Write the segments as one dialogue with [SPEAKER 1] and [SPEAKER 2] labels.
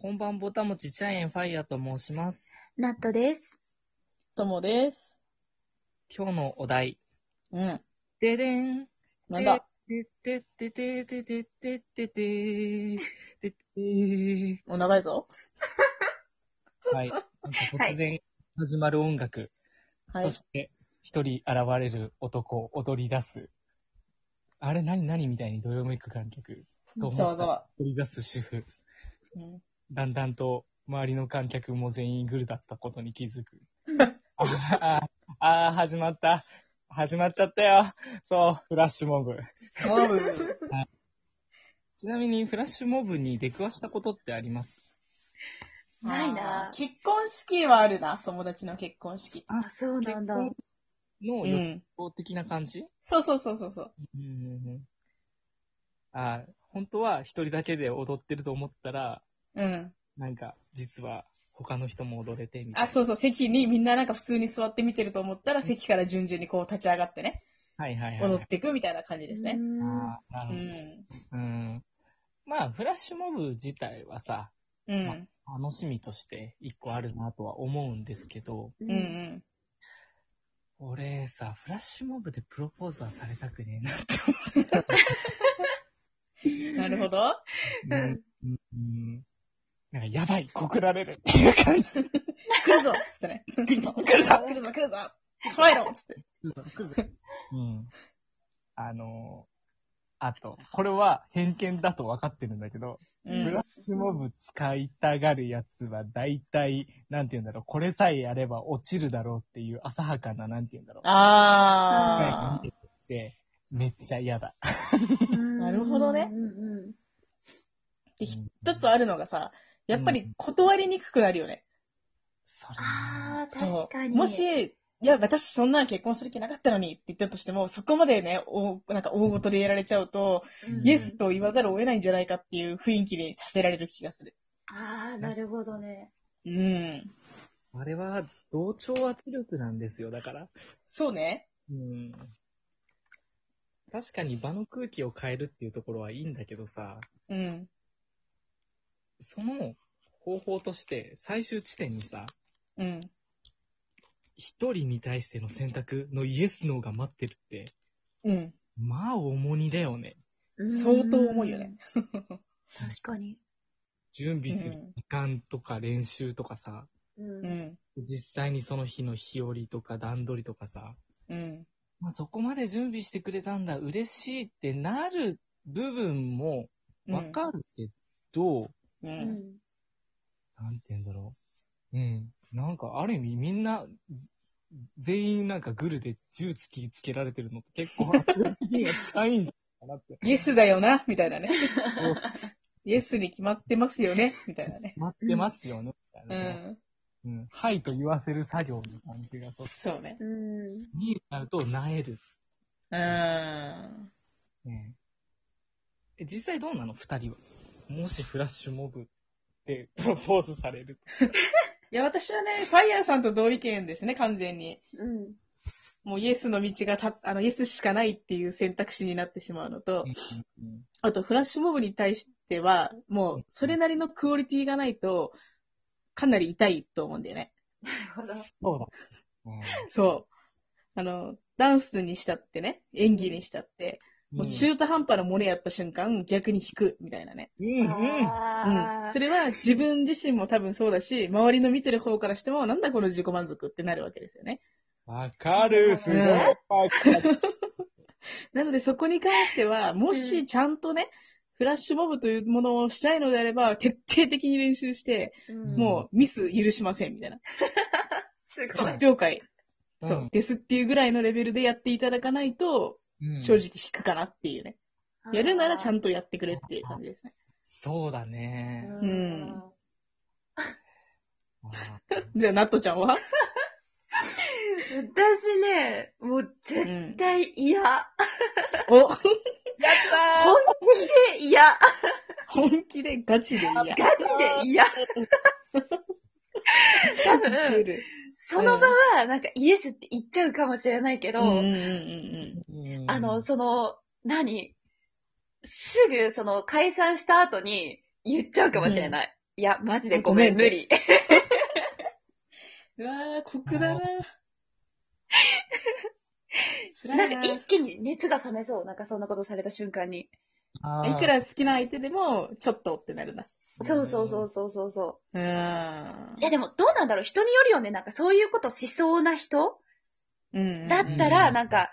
[SPEAKER 1] こんばんぼたもちチャイエンファイヤーと申します。
[SPEAKER 2] ナットです。
[SPEAKER 3] ともです。
[SPEAKER 1] 今日のお題。
[SPEAKER 3] うん。
[SPEAKER 1] ででん。
[SPEAKER 3] なんだ。
[SPEAKER 1] てててててててててててて
[SPEAKER 3] もう長いぞ。
[SPEAKER 1] はい。なんか突然始まる音楽。
[SPEAKER 3] は
[SPEAKER 1] そ。
[SPEAKER 3] い
[SPEAKER 1] して、一人現れる男を踊り出す。あれ、何何みたいにどよめく観客。と
[SPEAKER 3] ざ
[SPEAKER 1] 思
[SPEAKER 3] わ
[SPEAKER 1] った
[SPEAKER 3] ざわ。
[SPEAKER 1] 踊り出す主婦。
[SPEAKER 3] うん
[SPEAKER 1] だんだんと周りの観客も全員グルだったことに気づく。ああ、ああ始まった。始まっちゃったよ。そう、フラッシュモブ。
[SPEAKER 3] モブ。
[SPEAKER 1] ちなみにフラッシュモブに出くわしたことってあります
[SPEAKER 2] ないな
[SPEAKER 3] あー結婚式はあるな。友達の結婚式。
[SPEAKER 2] あ、そうなんだ。
[SPEAKER 1] 結婚の
[SPEAKER 3] う
[SPEAKER 1] 予
[SPEAKER 3] ん。
[SPEAKER 1] 想的な感じ、
[SPEAKER 3] そうそうそうそうそう。
[SPEAKER 1] うんうんうんあー本当は一人だけで踊ってると思ったら、
[SPEAKER 3] うん。
[SPEAKER 1] なんか、実は他の人も踊れてみたい
[SPEAKER 3] あ、
[SPEAKER 1] な。
[SPEAKER 3] そうそう。席にみんななんか普通に座って見てると思ったら、席から順々にこう立ち上がってね、
[SPEAKER 1] はいはいはい。
[SPEAKER 3] 踊っていくみたいな感じですね。
[SPEAKER 2] うーん
[SPEAKER 1] あーな
[SPEAKER 3] う
[SPEAKER 1] る
[SPEAKER 3] ん。
[SPEAKER 1] ほど。うん。まあ、フラッシュモブ自体はさ、
[SPEAKER 3] うん。
[SPEAKER 1] 楽しみとして一個あるなとは思うんですけど、
[SPEAKER 2] う
[SPEAKER 3] うんうんん。
[SPEAKER 1] 俺さ、フラッシュモブでプロポーズはされたくねえなって
[SPEAKER 3] なるほ ど。
[SPEAKER 1] 思う。
[SPEAKER 2] うん
[SPEAKER 1] うんうんなんか、やばい、告られるっていう感じ。
[SPEAKER 3] 来るぞつってね。来るぞ来るぞ来るぞ来るぞ来いろつって。
[SPEAKER 1] うん。あのあと、これは偏見だと分かってるんだけど、
[SPEAKER 3] う
[SPEAKER 1] フラ
[SPEAKER 3] ん
[SPEAKER 1] ッ。シュモブ使いたがるやつは大体、なんて言うんだろう、これさえやれば落ちるだろうっていう浅はかな、なんて言うんだろう。
[SPEAKER 3] あー。
[SPEAKER 1] で、めっちゃ嫌だ。
[SPEAKER 3] なるほどね
[SPEAKER 2] うんうん
[SPEAKER 3] で一つあるのがさ、やっぱり断りにくくなるよね。
[SPEAKER 1] それな
[SPEAKER 2] ああ、
[SPEAKER 3] そう
[SPEAKER 2] 確かに。
[SPEAKER 3] もし、いや、私そんなん結婚する気なかったのにって言ったとしても、そこまでね、おなんか大ごとでやられちゃうと、
[SPEAKER 2] うん、
[SPEAKER 3] イエスと言わざるを得ないんじゃないかっていう雰囲気にさせられる気がする。
[SPEAKER 2] ああ、なるほどね。
[SPEAKER 3] うん。
[SPEAKER 1] あれは、同調圧力なんですよ、だから。
[SPEAKER 3] そうね。
[SPEAKER 1] うん。確かに場の空気を変えるっていうところはいいんだけどさ、
[SPEAKER 3] うん。
[SPEAKER 1] その方法として最終地点にさ、
[SPEAKER 3] うん。
[SPEAKER 1] 一人に対しての選択のイエスノーが待ってるって、
[SPEAKER 3] うん。
[SPEAKER 1] まあ重荷だよね。
[SPEAKER 2] うん
[SPEAKER 3] 相当重いよね。
[SPEAKER 2] 確かに。
[SPEAKER 1] 準備する時間とか練習とかさ、
[SPEAKER 2] う。
[SPEAKER 3] うんん。
[SPEAKER 1] 実際にその日の日和とか段取りとかさ、
[SPEAKER 3] うん。
[SPEAKER 1] まあ、そこまで準備してくれたんだ、嬉しいってなる部分もわかるけど、
[SPEAKER 2] う
[SPEAKER 3] う。
[SPEAKER 2] んん。
[SPEAKER 1] なんて言うんだろう。うん。なんか、ある意味、みんな、ず全員なんかグルで銃突きつけられてるのって結 構、には近いんじゃないかなって。
[SPEAKER 3] イエスだよな、みたいなね。
[SPEAKER 1] こう
[SPEAKER 3] イエスに決まってますよね、みたいなね。
[SPEAKER 1] 待ってますよね、み
[SPEAKER 3] う
[SPEAKER 1] たいなね。
[SPEAKER 3] ん。
[SPEAKER 1] うん。はいと言わせる作業の感じがちょっと、
[SPEAKER 3] そうね。
[SPEAKER 2] うん。
[SPEAKER 1] 見えちゃうと、なえる。
[SPEAKER 3] うん。
[SPEAKER 1] ねえ、実際どうなの二人は。もしフラッシュモブ でプロポーズされる
[SPEAKER 3] いや、私はね、ファイヤーさんと同意見ですね、完全に。
[SPEAKER 2] うん。
[SPEAKER 3] もうイエスの道がた、あの、イエスしかないっていう選択肢になってしまうの
[SPEAKER 1] と。、
[SPEAKER 3] と
[SPEAKER 1] うん
[SPEAKER 3] あとフラッシュモブに対しては、もうそれなりのクオリティがないと、かなり痛いと思うんだよね。
[SPEAKER 2] なるほど。
[SPEAKER 1] そうだ。うん
[SPEAKER 3] そう。あの、ダンスにしたってね、演技にしたって、もう中途半端なものやった瞬間、逆に引く、みたいなね。
[SPEAKER 1] うんうん。
[SPEAKER 3] うん。そ
[SPEAKER 2] れ、
[SPEAKER 3] れは自分自身も多分そうだし、周りの見てる方からしても、なんだこの自己満足ってなるわけですよね。
[SPEAKER 1] わかる、すごい。わかる
[SPEAKER 3] なのでそこに関しては、も
[SPEAKER 2] う
[SPEAKER 3] しちゃんとね、フラッシュモブというものをしたいのであれば、徹底的に練習して、
[SPEAKER 2] うん
[SPEAKER 3] もうミス許しません、みたいな。
[SPEAKER 2] すごい。
[SPEAKER 3] 発表会、
[SPEAKER 1] うん
[SPEAKER 3] そう、ですっていうぐらいのレベルでやっていただかないと、
[SPEAKER 1] うん
[SPEAKER 3] 正直引くかなっていうね。やるならちゃ
[SPEAKER 2] と。
[SPEAKER 3] んとやってくれっていう感じですね。
[SPEAKER 1] そうだね。
[SPEAKER 3] うん
[SPEAKER 1] あ
[SPEAKER 3] じゃあ、ナットちゃん は
[SPEAKER 2] 私ね、もう
[SPEAKER 3] う
[SPEAKER 2] 絶
[SPEAKER 3] ん。
[SPEAKER 2] 対嫌。
[SPEAKER 3] お、
[SPEAKER 2] 本気で嫌。
[SPEAKER 3] 本気でガチでいや。
[SPEAKER 2] ガチで嫌。多分、
[SPEAKER 3] る。
[SPEAKER 2] その場は、なんかイエスって言っちゃうかもしれないけ
[SPEAKER 3] う
[SPEAKER 2] ど、
[SPEAKER 3] んうんうんうん
[SPEAKER 1] ー
[SPEAKER 2] あ
[SPEAKER 1] う
[SPEAKER 2] の、
[SPEAKER 1] ん
[SPEAKER 2] その、何すぐ、その、解散した後に言っちゃうかもしれない。いや、マジでごめん、
[SPEAKER 3] ごめ
[SPEAKER 2] 無
[SPEAKER 3] ん
[SPEAKER 2] 理。
[SPEAKER 3] うわー、酷だ
[SPEAKER 1] あ
[SPEAKER 3] な辛
[SPEAKER 2] なん
[SPEAKER 3] い
[SPEAKER 2] か
[SPEAKER 3] な
[SPEAKER 2] 一気に熱が冷めそう。なんかそんなことされた瞬間に。
[SPEAKER 1] あー
[SPEAKER 3] いくら好きな相手でも、ちょっとってなるな。
[SPEAKER 2] そうそうそうそうそうそう
[SPEAKER 3] ーん
[SPEAKER 2] う。え、でもどうなんだろう人によるよね。なんかそういうことしそうな人
[SPEAKER 3] うんうんうん。
[SPEAKER 2] だっ
[SPEAKER 1] う
[SPEAKER 2] た
[SPEAKER 1] んうん
[SPEAKER 2] ら、
[SPEAKER 1] うん
[SPEAKER 2] なんか、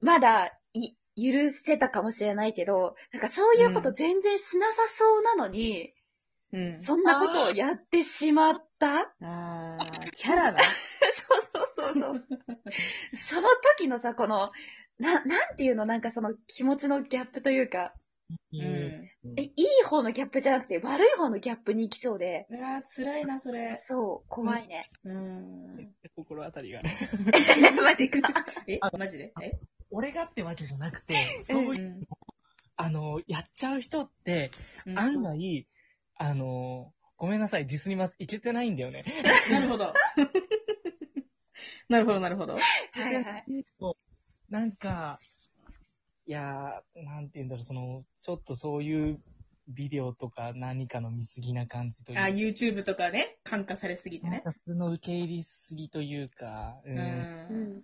[SPEAKER 2] まだ、い、許せたかもしれないけど、なんかそういうこと全然しなさそうなのに、
[SPEAKER 3] うん。
[SPEAKER 2] そんなことをやってしまった
[SPEAKER 3] あー、キャラ な。
[SPEAKER 2] そうそうそうそう。 その時のさ、この、な、なんていうの、なんかその気持ちのギャップというか、
[SPEAKER 1] う。
[SPEAKER 3] うんん。
[SPEAKER 2] え、いい方のギャップじゃなくて悪い方のギャップに行きそうで、
[SPEAKER 3] うわー、辛いな、それ。
[SPEAKER 2] そう、怖いね。
[SPEAKER 3] うーん。
[SPEAKER 1] 心当たりが。
[SPEAKER 2] マジか。
[SPEAKER 3] え、マジでえ
[SPEAKER 1] 俺がってわけじゃなくて、そう
[SPEAKER 3] う。
[SPEAKER 1] いうんあの、やっちゃう人って、
[SPEAKER 3] うん
[SPEAKER 1] 案外、あの、ごめんなさい、ディスります。いけてないんだよね。
[SPEAKER 3] なるほど。なるほど、なるほど。
[SPEAKER 2] はいはい。
[SPEAKER 1] なんか、いやー、なんて言うんだろう、その、ちょっとそういうビデオとか何かの見過ぎな感じという
[SPEAKER 3] あ、
[SPEAKER 1] か、
[SPEAKER 3] YouTube とかね、感化されすぎて
[SPEAKER 1] なん
[SPEAKER 3] ね。
[SPEAKER 1] か普通の受け入れすぎというか、う
[SPEAKER 3] うんん。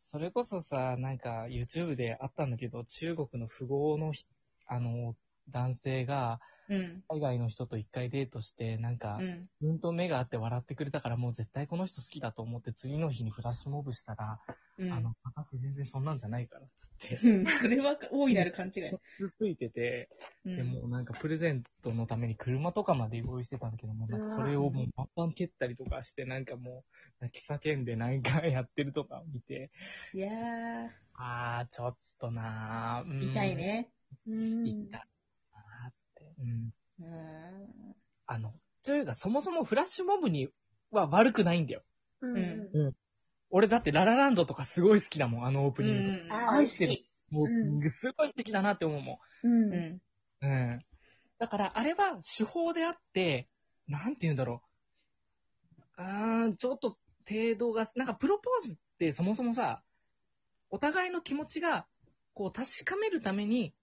[SPEAKER 1] それこそさ、なんか YouTube であったんだけど、中国の富豪のひ、あの、男性が、
[SPEAKER 3] うん。
[SPEAKER 1] 海外の人と一回デートして、なんか
[SPEAKER 3] う、ん。
[SPEAKER 1] うんと目が合って笑ってくれたから、もう絶対この人好きだと思って、次の日にフラッシュモブしたら、
[SPEAKER 3] う
[SPEAKER 1] あ
[SPEAKER 3] ん
[SPEAKER 1] の、私全然そんなんじゃないから、つって。
[SPEAKER 3] うん。それは大いなる勘違い。
[SPEAKER 1] つついてて、
[SPEAKER 3] うん
[SPEAKER 1] でもうなんかプレゼントのために車とかまで用意してたんだけども、なんかそれをもうバンバン蹴ったりとかして、なんかもう、泣き叫んで何かやってるとか見て、
[SPEAKER 3] いやー、
[SPEAKER 1] あー、ちょっとなー、うん
[SPEAKER 3] 痛い。ね。
[SPEAKER 2] うん
[SPEAKER 1] 痛いなーって。うん。
[SPEAKER 3] うん。
[SPEAKER 1] あの、というかそもそもフラッシュモブには悪くないんだよ。
[SPEAKER 2] うん
[SPEAKER 3] うん
[SPEAKER 1] 俺だってララランドとかすごい好きだもん、あのオープ
[SPEAKER 3] うん
[SPEAKER 1] ニング。
[SPEAKER 2] あー
[SPEAKER 1] 愛してる
[SPEAKER 2] 好き
[SPEAKER 1] もう、すごい素敵だなって思うも
[SPEAKER 2] うん
[SPEAKER 3] うん。うん。
[SPEAKER 1] ん。うん。だから、あれは手法であって、なんて言うんだろう。あー、ちょっと程度が、なんかプロポーズってそもそもさ、お互いの気持ちが、こう確かめるために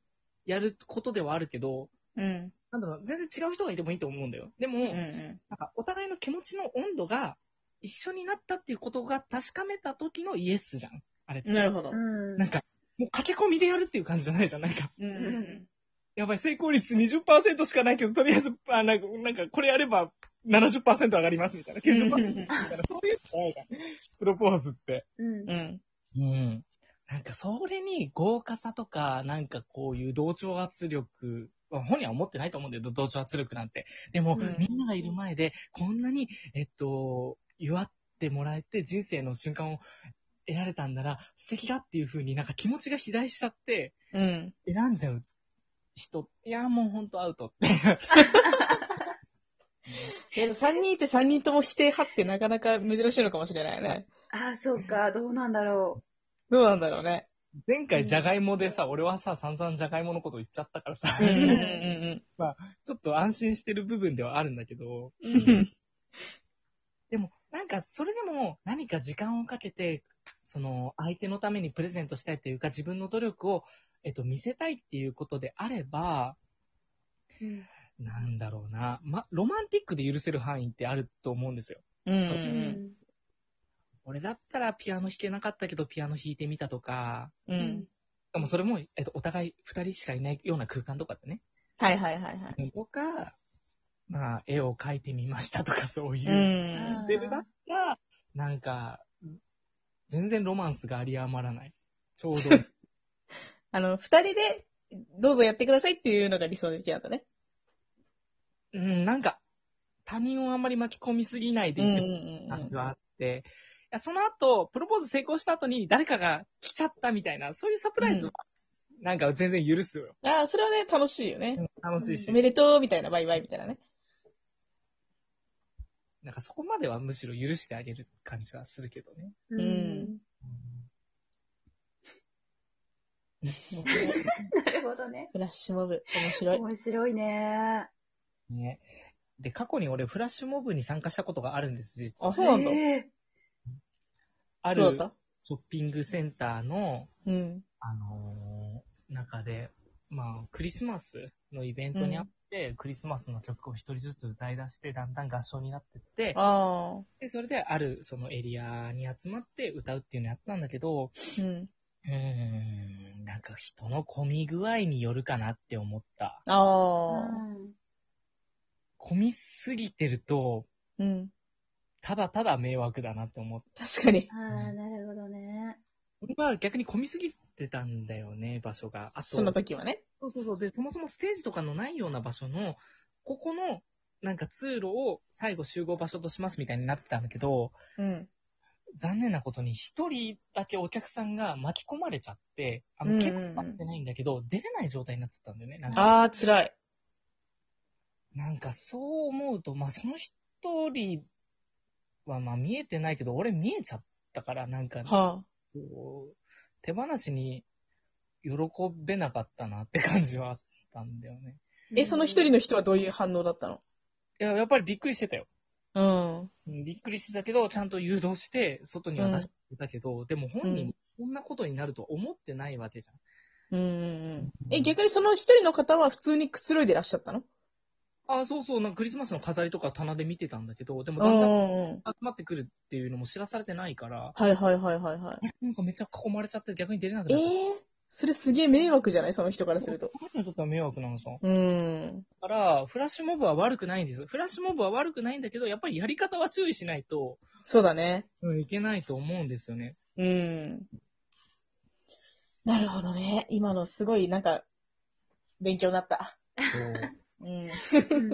[SPEAKER 1] やることではあるけど、
[SPEAKER 3] うん。
[SPEAKER 1] なんだろう、全然違う人がいてもいいと思うんだよ。でも、
[SPEAKER 3] うんうん。
[SPEAKER 1] なんかお互いの気持ちの温度が一緒になったっていうことが確かめた時のイエスじゃん。あれって。
[SPEAKER 3] なるほど。
[SPEAKER 2] うん
[SPEAKER 1] なんか、もう駆け込みでやるっていう感じじゃないじゃん。なんか、
[SPEAKER 3] うんうん
[SPEAKER 1] やばい、成功率20%しかないけど、とりあえず、あなんか、なんかこれやれば70%上がりますみたいな。
[SPEAKER 3] うん
[SPEAKER 1] 90%みたいな。そういうのないじゃん。プロポーズって。
[SPEAKER 2] うん
[SPEAKER 3] うん。う
[SPEAKER 1] う
[SPEAKER 3] ん。
[SPEAKER 1] ん。なんか、それに豪華さとか、なんかこういう同調圧力、まあ本人は思ってないと思うんだけど、同調圧力なんて。でも、
[SPEAKER 3] うん
[SPEAKER 1] みんながいる前で、こんなに、えっと、祝ってもらえて、人生の瞬間を得られたんなら、素敵だっていう風になんか気持ちが肥大しちゃって、
[SPEAKER 3] うん。
[SPEAKER 1] 選んじゃう人、いや、もうほんとアウトって。
[SPEAKER 3] え、でも3人いて3人とも否定派ってなかなか珍しいのかもしれないよね。
[SPEAKER 2] ああ、そうか、どうなんだろ
[SPEAKER 3] どうなんだろうね。
[SPEAKER 1] 前回、じゃがいもでさ、俺はさ、散々じゃがいものこと言っちゃったからさ、
[SPEAKER 3] うんう
[SPEAKER 1] ち
[SPEAKER 3] んうん
[SPEAKER 1] ょっと安心してる部分ではあるんだけど、
[SPEAKER 2] う。
[SPEAKER 3] うん。 うん
[SPEAKER 1] でも、なんか、それでも、何か時間をかけて、その、相手のためにプレゼントしたいというか、自分の努力を、えっと、見せたいっていうことであれば、
[SPEAKER 2] うん
[SPEAKER 1] なんだろうな、ま、ロマンティックで許せる範囲ってあると思うんですよ。
[SPEAKER 3] うんう
[SPEAKER 2] うんん
[SPEAKER 1] 俺だったらピアノ弾けなかったけど、ピアノ弾いてみたとか、
[SPEAKER 3] うん。うん。
[SPEAKER 1] でもそれも、えっと、お互い二人しかいないような空間とかでね。
[SPEAKER 3] はいはいはいはい。
[SPEAKER 1] とか、まあ、絵を描いてみましたとか、そういうう。
[SPEAKER 3] ん。
[SPEAKER 1] レベルだったら、なんか、全然ロマンスがあり余らない。ちょう どいい。
[SPEAKER 3] あの、二人で、どうぞやってくださいっていうのが理想的なんだね。
[SPEAKER 1] うん、なんか、他人をあんまり巻き込みすぎないで
[SPEAKER 3] うんうん
[SPEAKER 1] いて
[SPEAKER 3] うん
[SPEAKER 1] 感じはあって、いやその後、プロポーズ成功した後に誰かが来ちゃったみたいな、そういうサプライズは、なんか全然許すよ。
[SPEAKER 3] うん。ああ、それはね、楽しいよね。
[SPEAKER 1] 楽しいし
[SPEAKER 3] お、めでとうみたいな、バイバイみたいなね。
[SPEAKER 1] なんかそこまではむしろ許してあげる感じはするけどね。
[SPEAKER 2] う
[SPEAKER 3] うんん。フ
[SPEAKER 2] なるほどね。
[SPEAKER 3] ラッシュモブ、面白い。
[SPEAKER 2] 面白いね。
[SPEAKER 1] ね。で、過去に俺、フラッシュモブに参加したことがあるんです、実
[SPEAKER 3] あ、
[SPEAKER 1] は。
[SPEAKER 3] そうなんだ。
[SPEAKER 2] へえ
[SPEAKER 1] あ
[SPEAKER 3] どう
[SPEAKER 1] る
[SPEAKER 3] だっ
[SPEAKER 1] ショッピングセンターの、
[SPEAKER 3] たうん。
[SPEAKER 1] あのー中で、まあ、クリスマスのイベントにあっって、クリスマスの曲を一人ずつ歌い出して、だんだん合唱になってって、
[SPEAKER 3] ああ。
[SPEAKER 1] で、それであるそのエリアに集まって歌うっていうのをやったんだけど、
[SPEAKER 3] うん。
[SPEAKER 1] うーん、なんか人の混み具合によるかなって思った。
[SPEAKER 3] ああ。
[SPEAKER 1] 混みすぎてると、
[SPEAKER 3] うん。
[SPEAKER 1] ただただ迷惑だなって思っ
[SPEAKER 3] 確かに。
[SPEAKER 2] ああ、なるほどね。
[SPEAKER 1] て。まあ逆に混みすぎてたんだよね、場所が。あと、
[SPEAKER 3] その時はね。
[SPEAKER 1] そうそうそう。で、そもそもステージとかのないような場所の、ここの、なんか通路を最後集合場所としますみたいになってたんだけど、
[SPEAKER 3] うん。
[SPEAKER 1] 残念なことに一人だけお客さんが巻き込まれちゃって、あ
[SPEAKER 3] う
[SPEAKER 1] の、
[SPEAKER 3] んうん
[SPEAKER 1] 結構待ってないんだけど、出れない状態になっちゃったんだよね。なんか、
[SPEAKER 3] ああ、辛い。
[SPEAKER 1] なんかそう思うと、まあその一人はまあ見えてないけど、俺見えちゃったから、なんか、
[SPEAKER 3] は
[SPEAKER 1] こう手放しに喜べなかったなって感じはあったんだよね。
[SPEAKER 3] あ。え、その一人の人はどういう反応だったの
[SPEAKER 1] いや、やっぱりびっくりしてたよ。
[SPEAKER 3] うん。
[SPEAKER 1] うんびっくりしてたけど、ちゃんと誘導して、外には出してたけど、でも本
[SPEAKER 3] う
[SPEAKER 1] 人
[SPEAKER 3] ん、
[SPEAKER 1] こんなことになるとは思ってないわけじゃん。
[SPEAKER 3] うんうんうん。え、逆にその一人の方は普通にくつろいでらっしゃったの
[SPEAKER 1] あそうそう、なんかクリスマスの飾りとか棚で見てたんだけど、でも
[SPEAKER 3] う
[SPEAKER 1] だんだん
[SPEAKER 3] んうんうん。
[SPEAKER 1] 集まってくるっていうのも知らされてないから、
[SPEAKER 3] はいはいはいはいはい。
[SPEAKER 1] なんかめっちゃ囲まれちゃって逆に出れなく
[SPEAKER 3] え
[SPEAKER 1] な
[SPEAKER 3] え
[SPEAKER 1] っちゃっ
[SPEAKER 3] それすげえ迷惑じゃないその人からすると。
[SPEAKER 1] た。彼にとっては迷惑なのさ。だ
[SPEAKER 3] うん。
[SPEAKER 1] から、フラッシュモブは悪くないんですよ。フラッシュモブは悪くないんだけど、やっぱりやり方は注意しないと、
[SPEAKER 3] そうだね。
[SPEAKER 1] うん、いけないと思うんですよ ね。
[SPEAKER 3] うん。なるほどね。今のすごい、なんか、勉強になった。 うん。
[SPEAKER 2] う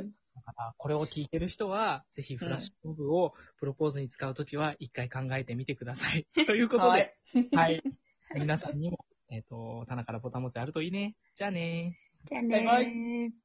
[SPEAKER 2] ん。
[SPEAKER 1] あこれを聞いてる人は、ぜひフラッシュモブをプロポーズに使うときは、一回考えてみてくださ い。ということ
[SPEAKER 3] は
[SPEAKER 1] で、
[SPEAKER 3] い。
[SPEAKER 1] はい。皆さんにも、えっ、と、棚からボタン持ちあるといいね。じゃあねー。
[SPEAKER 2] じゃあ
[SPEAKER 3] バイバイ
[SPEAKER 2] ねー。